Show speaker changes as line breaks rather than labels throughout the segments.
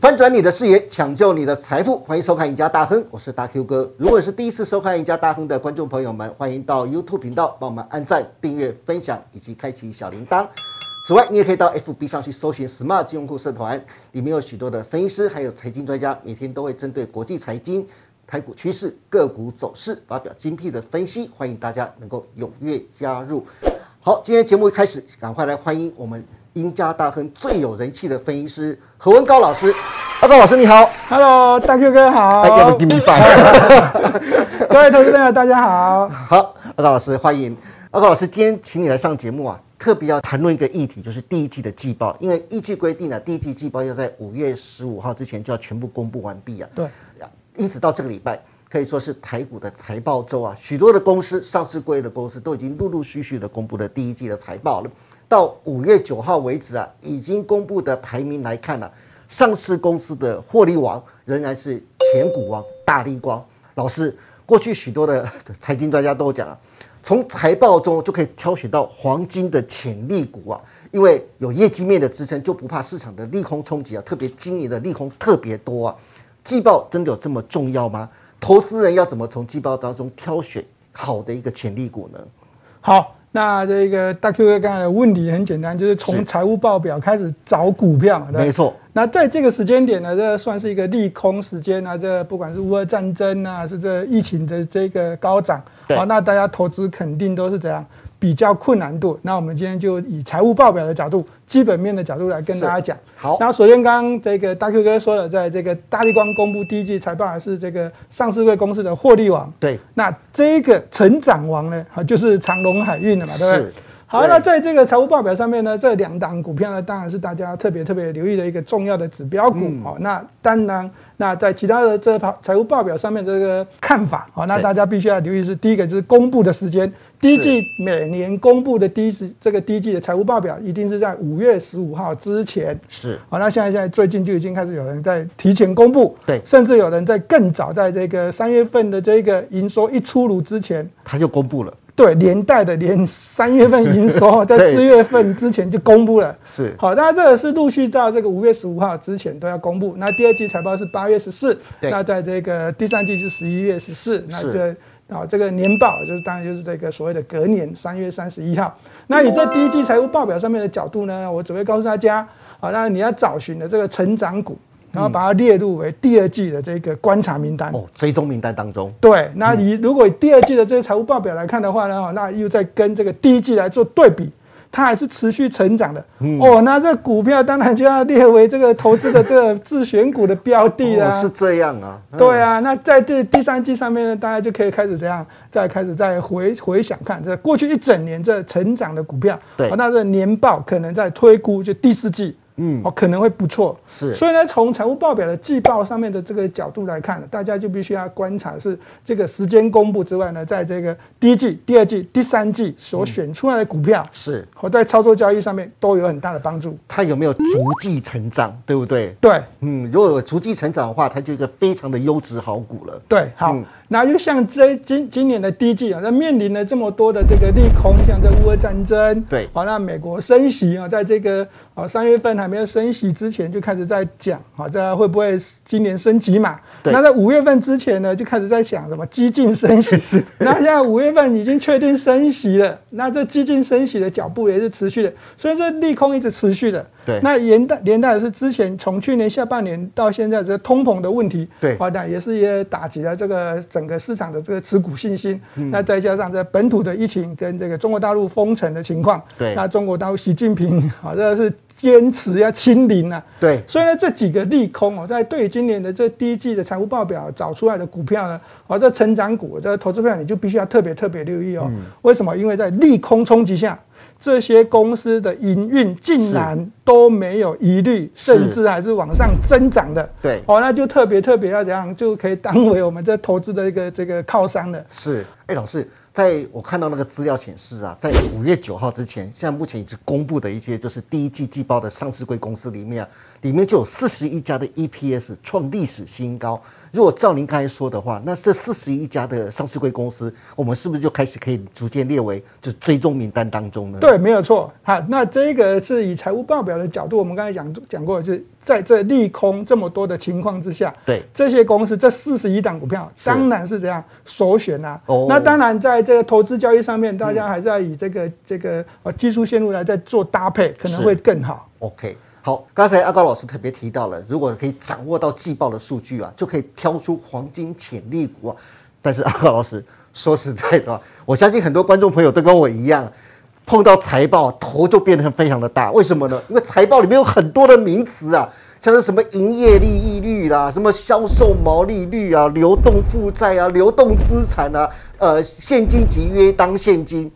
翻转你的视野，抢救你的财富，欢迎收看《赢家大亨》，我是大 Q 哥。如果是第一次收看《赢家大亨》的观众朋友们，欢迎到 YouTube 频道帮我们按赞、订阅、分享以及开启小铃铛。此外，你也可以到 FB 上去搜寻 Smart 金融库社团，里面有许多的分析师还有财经专家，每天都会针对国际财经、台股趋势、个股走势发表精辟的分析，欢迎大家能够踊跃加入。好，今天节目一开始，赶快来欢迎我们赢家大亨最有人气的分析师何文高老师。阿高老师你好，
Hello，大 Q 哥好，
哎，要不给你办？
各位投资朋友大家 好。
好，阿高老师欢迎。阿高老师，今天请你来上节目啊，特别要谈论一个议题，就是第一季的季报，因为依据规定呢、第一季季报要在五月十五号之前就要全部公布完毕啊。
对，
因此到这个礼拜可以说是台股的财报周啊，许多的公司、上市柜的公司都已经陆陆续续的公布了第一季的财报了。到五月九号为止啊，已经公布的排名来看呢、上市公司的获利王仍然是前股王大力光。老师，过去许多的财经专家都讲啊，从财报中就可以挑选到黄金的潜力股啊，因为有业绩面的支撑，就不怕市场的利空冲击啊，特别今年的利空特别多啊。季报真的有这么重要吗？投资人要怎么从季报当中挑选好的一个潜力股呢？
好，那这个大 Q 哥刚才的问题很简单，就是
是
从财务报表开始找股票嘛，对不对
没错，
那在这个时间点呢，这算是一个利空时间啊，这不管是乌俄战争啊，是这疫情的这个高涨，
对
那大家投资肯定都是怎样比较困难度。那我们今天就以财务报表的角度、基本面的角度来跟
是
大家讲。
好
那首先刚刚这个大 Q 哥说了，在这个大力光公布第一季财报是这个上市贵公司的获利王，
对，
那这个成长王呢，啊就是长隆海运了嘛，对不对
是？
好，
对
那在这个财务报表上面呢，这两档股票呢，当然是大家特别特别留意的一个重要的指标股。
嗯
哦，那当然，那在其他的这财财务报表上面这个看法，哦，那
对
大家必须要留意是第一个就是公布的时间，第一
是
季每年公布的第一季这个第一季的财务报表一定是在五月十五号之前。
是
好，那现在现在最近就已经开始有人在提前公布，
对
甚至有人在更早，在这个三月份的这个营收一出炉之前，
他就公布了，
对，连带的连三月份营收在
对
四月份之前就公布了。
是
好，那这个是陆续到这个五月十五号之前都要公布。那第二季财报是八月十四，
对
那在这个第三季是十一月十四，那
是
这啊这个年报就是当然就是这个所谓的隔年三月三十一号。那以这第一季财务报表上面的角度呢，我只会告诉大家，好，那你要找寻的这个成长股，然后把它列入为第二季的这个观察名单。
哦，追踪名单当中
对，那以如果以第二季的这个财务报表来看的话呢，
嗯
哦那又在跟这个第一季来做对比，它还是持续成长的。
嗯
哦，那这股票当然就要列为这个投资的这个自选股的标的啦、
哦，是这样啊，嗯
对啊，那在这第三季上面呢，大家就可以开始怎样，再开始再回回想看这过去一整年这成长的股票，
对
哦那这年报可能在推估就第四季，
嗯
哦可能会不错，
是
所以呢，从财务报表的季报上面的这个角度来看呢，大家就必须要观察是这个时间公布之外呢，在这个第一季、第二季、第三季所选出来的股票，
是，
和、在操作交易上面都有很大的帮助，
他有没有逐季成长，对不对？
对。
嗯，如果有逐季成长的话，它就是一个非常的优质好股了。
对，好
嗯，
那就像这今今年的第一季啊，那面临了这么多的这个利空，像这乌俄战争，
对
好，那美国升息啊，在这个啊三月份还没有升息之前就开始在讲，好，这会不会今年升级嘛？
对
那在五月份之前呢，就开始在想什么激进 升息，那现在五月份已经确定升息了，那这激进升息的脚步也是持续的，所以这利空一直持续的。
对
那连带连带的是之前从去年下半年到现在这个通膨的问题，
对
好，那也是也打击了这个整个市场的这个持股信心。
嗯
那再加上这本土的疫情跟这个中国大陆封城的情况，
对
那中国大陆习近平好像是坚持要清零啊。
对，
所以呢，这几个利空哦，在对于今年的这第一季的财务报表找出来的股票呢，哦，这成长股、这投资票你就必须要特别特别留意
嗯
哦。为什么？因为在利空冲击下，这些公司的营运竟然都没有疑虑，
是
甚至还是往上增长的。
对
哦，那就特别特别要怎样，就可以当为我们这投资的一个这个靠山了。
是。哎，老师，在我看到那个资料显示啊，在五月九号之前，现在目前已经公布的一些就是第一季季 E 报的上市贵公司里面啊，里面就有四十一家的 EPS 创历史新高，如果照您刚才说的话，那这四十一家的上市贵公司，我们是不是就开始可以逐渐列为就是追踪名单当中呢？
对，没有错。好，那这个是以财务报表的角度，我们刚才讲讲过，就是在这利空这么多的情况之下，
对
这些公司这四十一档股票，
是
当然是这样首选啦、
哦嗯
那当然，在这个投资交易上面，大家还是要以这个、这个呃技术线路来再做搭配，可能
是
会更好。
OK，好，刚才阿高老师特别提到了，如果可以掌握到季报的数据啊，就可以挑出黄金潜力股啊。但是阿高老师说实在的啊，我相信很多观众朋友都跟我一样，碰到财报头就变得非常的大。为什么呢？因为财报里面有很多的名词啊。像是什么营业利益率啦、什么销售毛利率啊、流动负债啊、流动资产啊、呃现金及约当现金、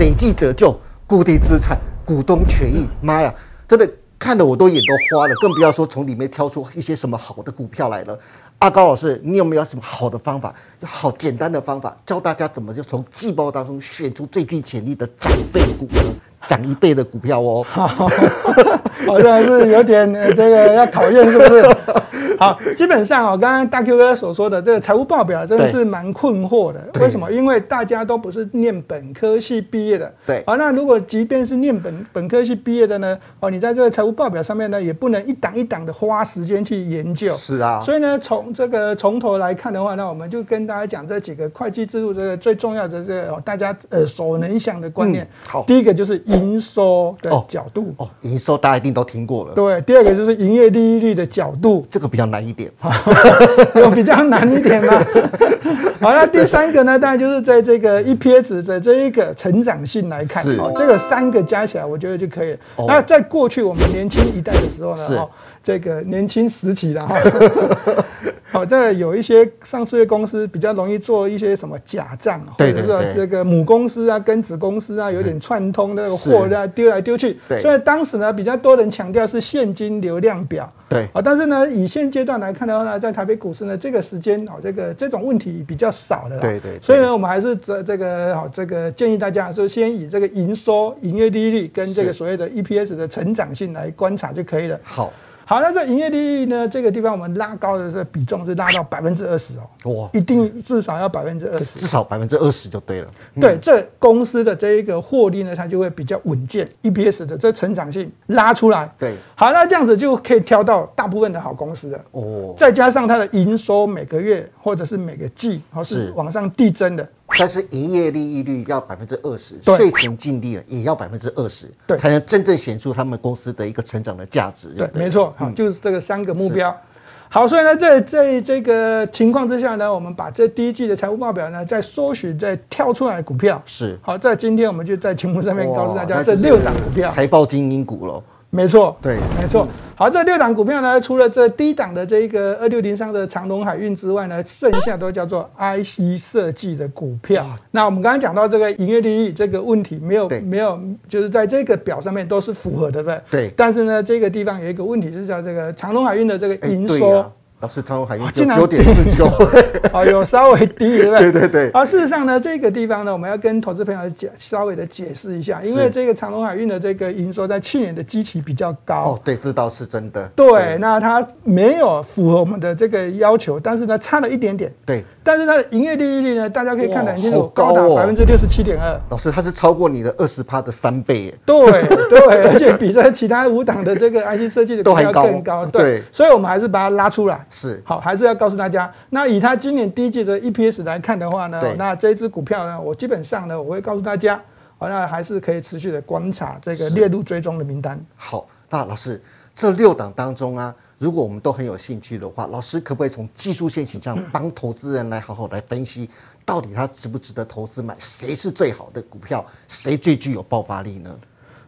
累计折旧、固定资产、股东权益，妈呀，真的看得我都眼都花了，更不要说从里面挑出一些什么好的股票来了。阿高老师，你有没有什么好的方法，好简单的方法，教大家怎么就从季报当中选出最具潜力的涨一倍的股呢？涨一倍的股票哦。
好像是有点呃，这个要考验是 不是？好，基本上哦，刚刚大 Q 哥所说的这个财务报表真的
对
是蛮困惑的。
对
为什么？因为大家都不是念本科系毕业的。
对
好，那如果即便是念本本科系毕业的呢，哦，你在这个财务报表上面呢，也不能一档一档的花时间去研究。
是啊，
所以呢，从这个从头来看的话，那我们就跟大家讲这几个会计制度这个最重要的这个、哦大家耳熟能详的观念。
嗯好
第一个就是营收的
哦
角度。
哦，营收大家一定都听过了，，
对，第二个就是营业利益率的角度
这个比较难一点。
有比较难一点嘛。 好，那第三个呢，当然就是在这个 EPS 的这一个成长性来看，
是
哦，这个三个加起来，我觉得就可以了。
哦
那在过去我们年轻一代的时候呢
是，
哦，这个年轻时期 的哈。哦好，这个有一些上市公司比较容易做一些什么假账，或
对
者是
对
说
对
这个母公司啊跟子公司啊有点串通，那个货
是
啊丢来丢去
对。
所以当时呢，比较多人强调是现金流量表。
对
啊，但是呢，以现阶段来看的话呢，在台北股市呢，这个时间哦，这个这种问题比较少了啦。
对对对
所以呢，我们还是这这个好、这个建议大家就先以这个营收、营业利率跟这
是
个所谓的 EPS 的成长性来观察就可以了。
好，
好，那这营业利益呢，这个地方我们拉高的这比重是拉到百分之二十哦，
哇，
一定至少要百分之二十。
至少百分之二十就对了。
对，这公司的这一个获利呢，它就会比较稳健，EPS 的这成长性拉出来。
对
好，那这样子就可以挑到大部分的好公司了。
哦，
再加上它的营收每个月或者是每个季，哦
是
是往上递增的，
但是营业利益率要百分之二十，
对
税前净利呢也要百分之二十，
对
才能真正显出他们公司的一个成长的价值。
对
不，
没错，
嗯
好，就是这个三个目标。好，所以呢，在在这个情况之下呢，我们把这第一季的财务报表呢，再搜寻，再跳出来的股票。
是。
好，在今天我们就在节目上面告诉
哇
大家
那就
这
是
六档股票。
财报精英股喽。
没错，
对
没错。好，这六档股票呢，除了这低档的这个二六零三的长隆海运之外呢，剩下都叫做 IC 设计的股票。那我们刚刚讲到这个营业利益这个问题，没有
啊对
没有，就是在这个表上面都是符合的，对不对？
对
但是呢，这个地方有一个问题是叫这个长隆海运的这个
哎
营
对
收。
呀老师，长荣海运
哇
九
竟然
九点四九，
哦，有稍微低，对不对？
对对对
而事实上呢，这个地方呢，我们要跟投资朋友解稍微的解释一下，因为
是
这个长隆海运的这个营收在去年的基期比较高。
哦，对，这倒是真的。
对，那它没有符合我们的这个要求，但是呢，差了一点点。
对，
但是它的营业利益率呢，大家可以看得很清
哇
楚，
好高
高达
哦
百分之六十七点二。
老师，它是超过你的二十趴的三倍耶。
对对，而且比这其他五档的这个 IC 设计的
都还
要
高
更高。
对
对，所以我们还是把它拉出来。
是
好，还是要告诉大家，那以它今年第一季的 EPS 来看的话呢
对，
那这一只股票呢，我基本上呢，我会告诉大家，好，那还是可以持续的观察这个
是
列入追踪的名单。
好，那老师，这六档当中啊，如果我们都很有兴趣的话，老师可不可以从技术线型上
嗯
帮投资人来好好来分析，到底它值不值得投资买，谁是最好的股票，谁最具有爆发力呢？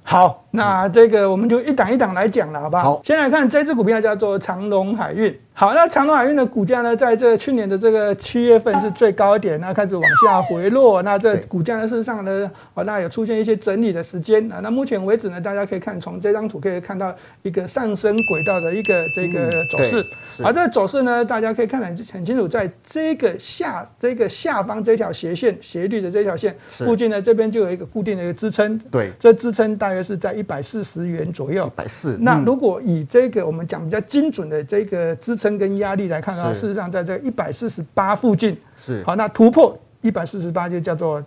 好，那这个我们就一档一档来讲了，好不好？
好
先来看这只股票叫做长隆海运。好，那长隆海运的股价呢，在这去年的这个七月份是最高点，那开始往下回落。那这
对
股价呢，事实上呢，哦，那有出现一些整理的时间啊。那目前为止呢，大家可以看从这张图可以看到一个上升轨道的一个这个走势
嗯对。是
好，这个走势呢，大家可以看得很很清楚，在这个下这个下方这条斜线斜率的这条线
是
附近呢，这边就有一个固定的一个支撑。
对
这支撑大约是在一一百四十元左右
一。百四，嗯
那如果以这个我们讲比较精准的这个支撑跟压力来看的话，
是
事实上在这一百四十八附近，
是
好，那突破一百四十八就叫做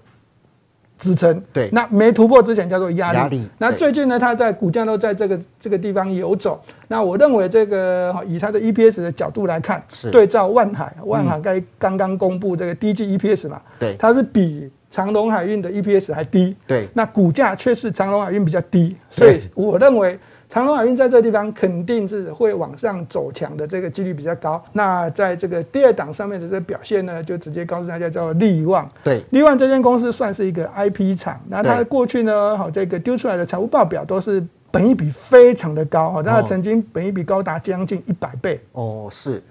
支撑，
对
那没突破之前叫做压力。
压力
那
对
最近呢，它在股价都在这个这个地方游走。那我认为这个以它的 EPS 的角度来看
是，嗯
对照万海，万海该刚刚公布这个低季 EPS 嘛，
对
它是比长隆海运的 EPS 还低。
对
那股价却是长隆海运比较低，所
对
以我认为长隆海运在这地方肯定是会往上走强的这个几率比较高。那在这个第二档上面的这表现呢，就直接告诉大家叫利旺。
对
利旺这间公司算是一个 IP 厂，那它
对
过去呢，好这个丢出来的财务报表都是本益比非常的高，哦，它
哦
曾经本益比高达将近一百倍。
哦是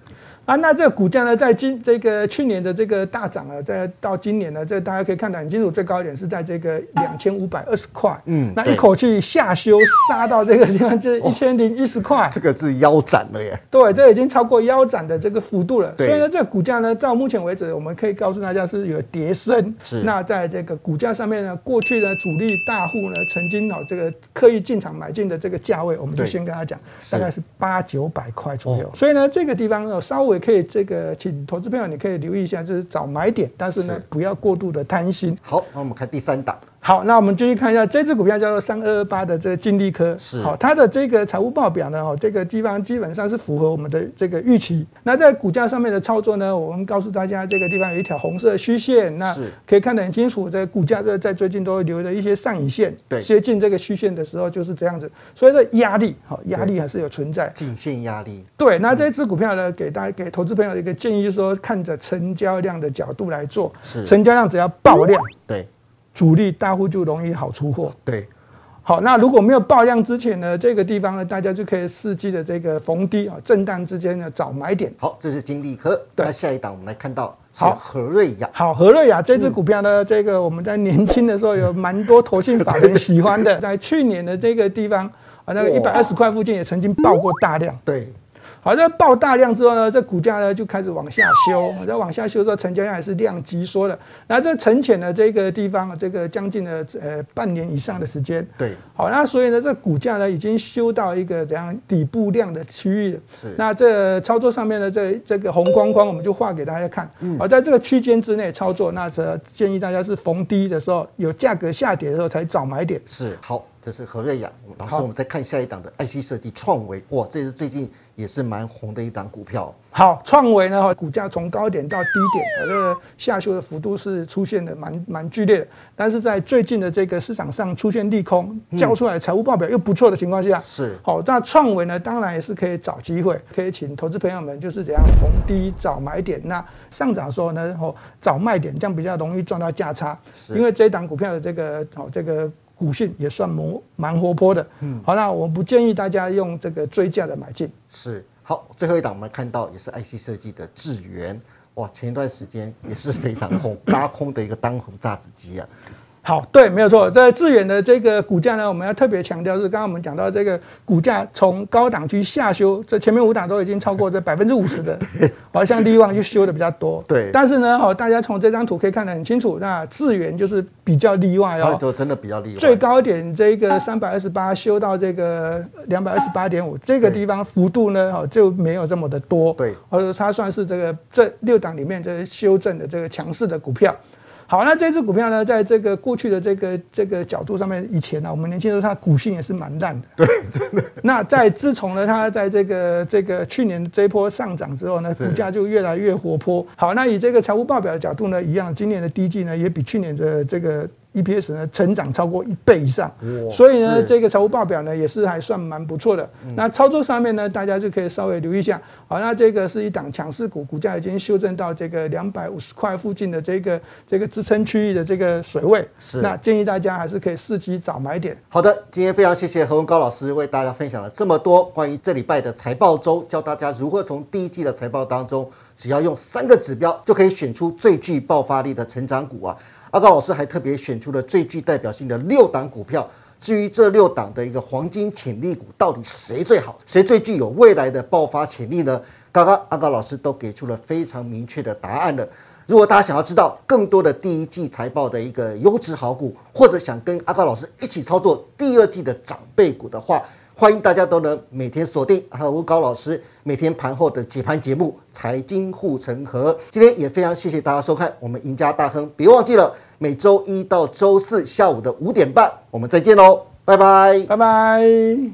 啊，那这个股价呢，在今这个去年的这个大涨啊，在到今年呢，这大家可以看得很清楚，最高点是在这个两千五百二十块，
嗯
那
对
一口气下修杀到这个地方，就是一千零一十块，
这个是腰斩了耶，
对，这已经超过腰斩的这个幅度了。
对
所以呢，这个股价呢，到目前为止，我们可以告诉大家是有跌升
是。
那在这个股价上面呢，过去的主力大户呢，曾经哦这个刻意进场买进的这个价位，我们就
对
先跟他讲，
是
大概是八九百块左右
哦。
所以呢，这个地方呢，稍微可以这个，请投资朋友你可以留意一下，就是找买点，但是呢
是，
不要过度的贪心。
好，那我们看第三档，
好，那我们继续看一下这只股票叫做三二二八的这个金利科，
是
好，它的这个财务报表呢，哦，这个地方基本上是符合我们的这个预期。那在股价上面的操作呢，我们告诉大家，这个地方有一条红色的虚线，那
是
可以看得很清楚，这个股价在在最近都留了一些上影线，
对
接近这个虚线的时候就是这样子，所以说压力，好，压力还是有存在。
颈线压力
对，那这只股票呢，给大家给投资朋友一个建议，就是说看着成交量的角度来做，
是
成交量只要爆量，
对
主力大户就容易好出货。
对
好，那如果没有爆量之前呢，这个地方呢，大家就可以伺机的这个逢低啊，震荡之间呢找买点。
好，这是金利科，
对
那下一档我们来看到是
好
何瑞雅，
好，何瑞雅这只股票呢，这个我们在年轻的时候有蛮多投信法人喜欢的，在去年的这个地方啊，那个一百
哇
二十块附近也曾经爆过大量。
对
好，这爆大量之后呢，这股价呢就开始往下修，在往下修之后，成交量也是量级缩了。然后这沉潜的这个地方，这个将近的呃半年以上的时间，
对
好，那所以呢，这股价呢已经修到一个怎样底部量的区域了。
是
那这操作上面呢，这这个红框框我们就画给大家看。
嗯
好，在这个区间之内操作，那则建议大家是逢低的时候，有价格下跌的时候才找买点。
是好，这是何瑞雅。老师，
好
我们再看下一档的爱惜设计创维，哇，这是最近也是蛮红的一档股票。
好，创维呢，股价从高点到低点，呃，这个下修的幅度是出现的蛮蛮剧烈的。但是在最近的这个市场上出现利空，交出来财务报表又不错的情况下，
嗯是
好，那创维呢，当然也是可以找机会，可以请投资朋友们就是怎样逢低找买点，那上涨的时候呢，哦找卖点，这样比较容易赚到价差。
是
因为这一档股票的这个哦这个股性也算蛮蛮活泼的。嗯，好，那我不建议大家用这个追价的买进。
是好，最后一档我们看到也是爱惜设计的智源，哇，前一段时间也是非常 红，拉空的一个当红炸子鸡啊。
好，对，没有错。在致远的这个股价呢，我们要特别强调是，刚刚我们讲到这个股价从高档区下修，这前面五档都已经超过这 百分之五十的，好像利旺就修的比较多。
对
但是呢，哦，大家从这张图可以看得很清楚，那致远就是比较例外
它
哦。
就真的比较厉害。
最高点这个三百二十八修到这个两百二十八点五，这个
对
地方幅度呢，哦就没有这么的多。
对
或者它算是这个这六档里面这修正的这个强势的股票。好，那这只股票呢，在这个过去的这个这个角度上面，以前呢、我们年轻的时候它股性也是蛮烂的。对，真 的。那在自从呢，它在这个这个去年这一波上涨之后呢，
是
股价就越来越活泼。好，那以这个财务报表的角度呢，一样，今年的第一季呢，也比去年的这个 EPS 呢，成长超过一倍以上。
哇
所以呢，
是嗯
这个财务报表呢也是还算蛮不错的。那操作上面呢，大家就可以稍微留意一下。好，那这个是一档强势股，股价已经修正到这个两百五十块附近的这个这个支撑区域的这个水位。
是
那建议大家还是可以伺机找买点。
好的，今天非常谢谢何文高老师为大家分享了这么多关于这礼拜的财报周，教大家如何从第一季的财报当中，只要用三个指标就可以选出最具爆发力的成长股啊。阿高老师还特别选出了最具代表性的六档股票。至于这六档的一个黄金潜力股，到底谁最好，谁最具有未来的爆发潜力呢？刚刚阿高老师都给出了非常明确的答案了。如果大家想要知道更多的第一季财报的一个优质好股，或者想跟阿高老师一起操作第二季的长辈股的话，欢迎大家都能每天锁定还有高老师每天盘后的解盘节目《财经护城河》。今天也非常谢谢大家收看我们赢家大亨，别忘记了每周一到周四下午的五点半，我们再见喽，拜拜。
拜拜。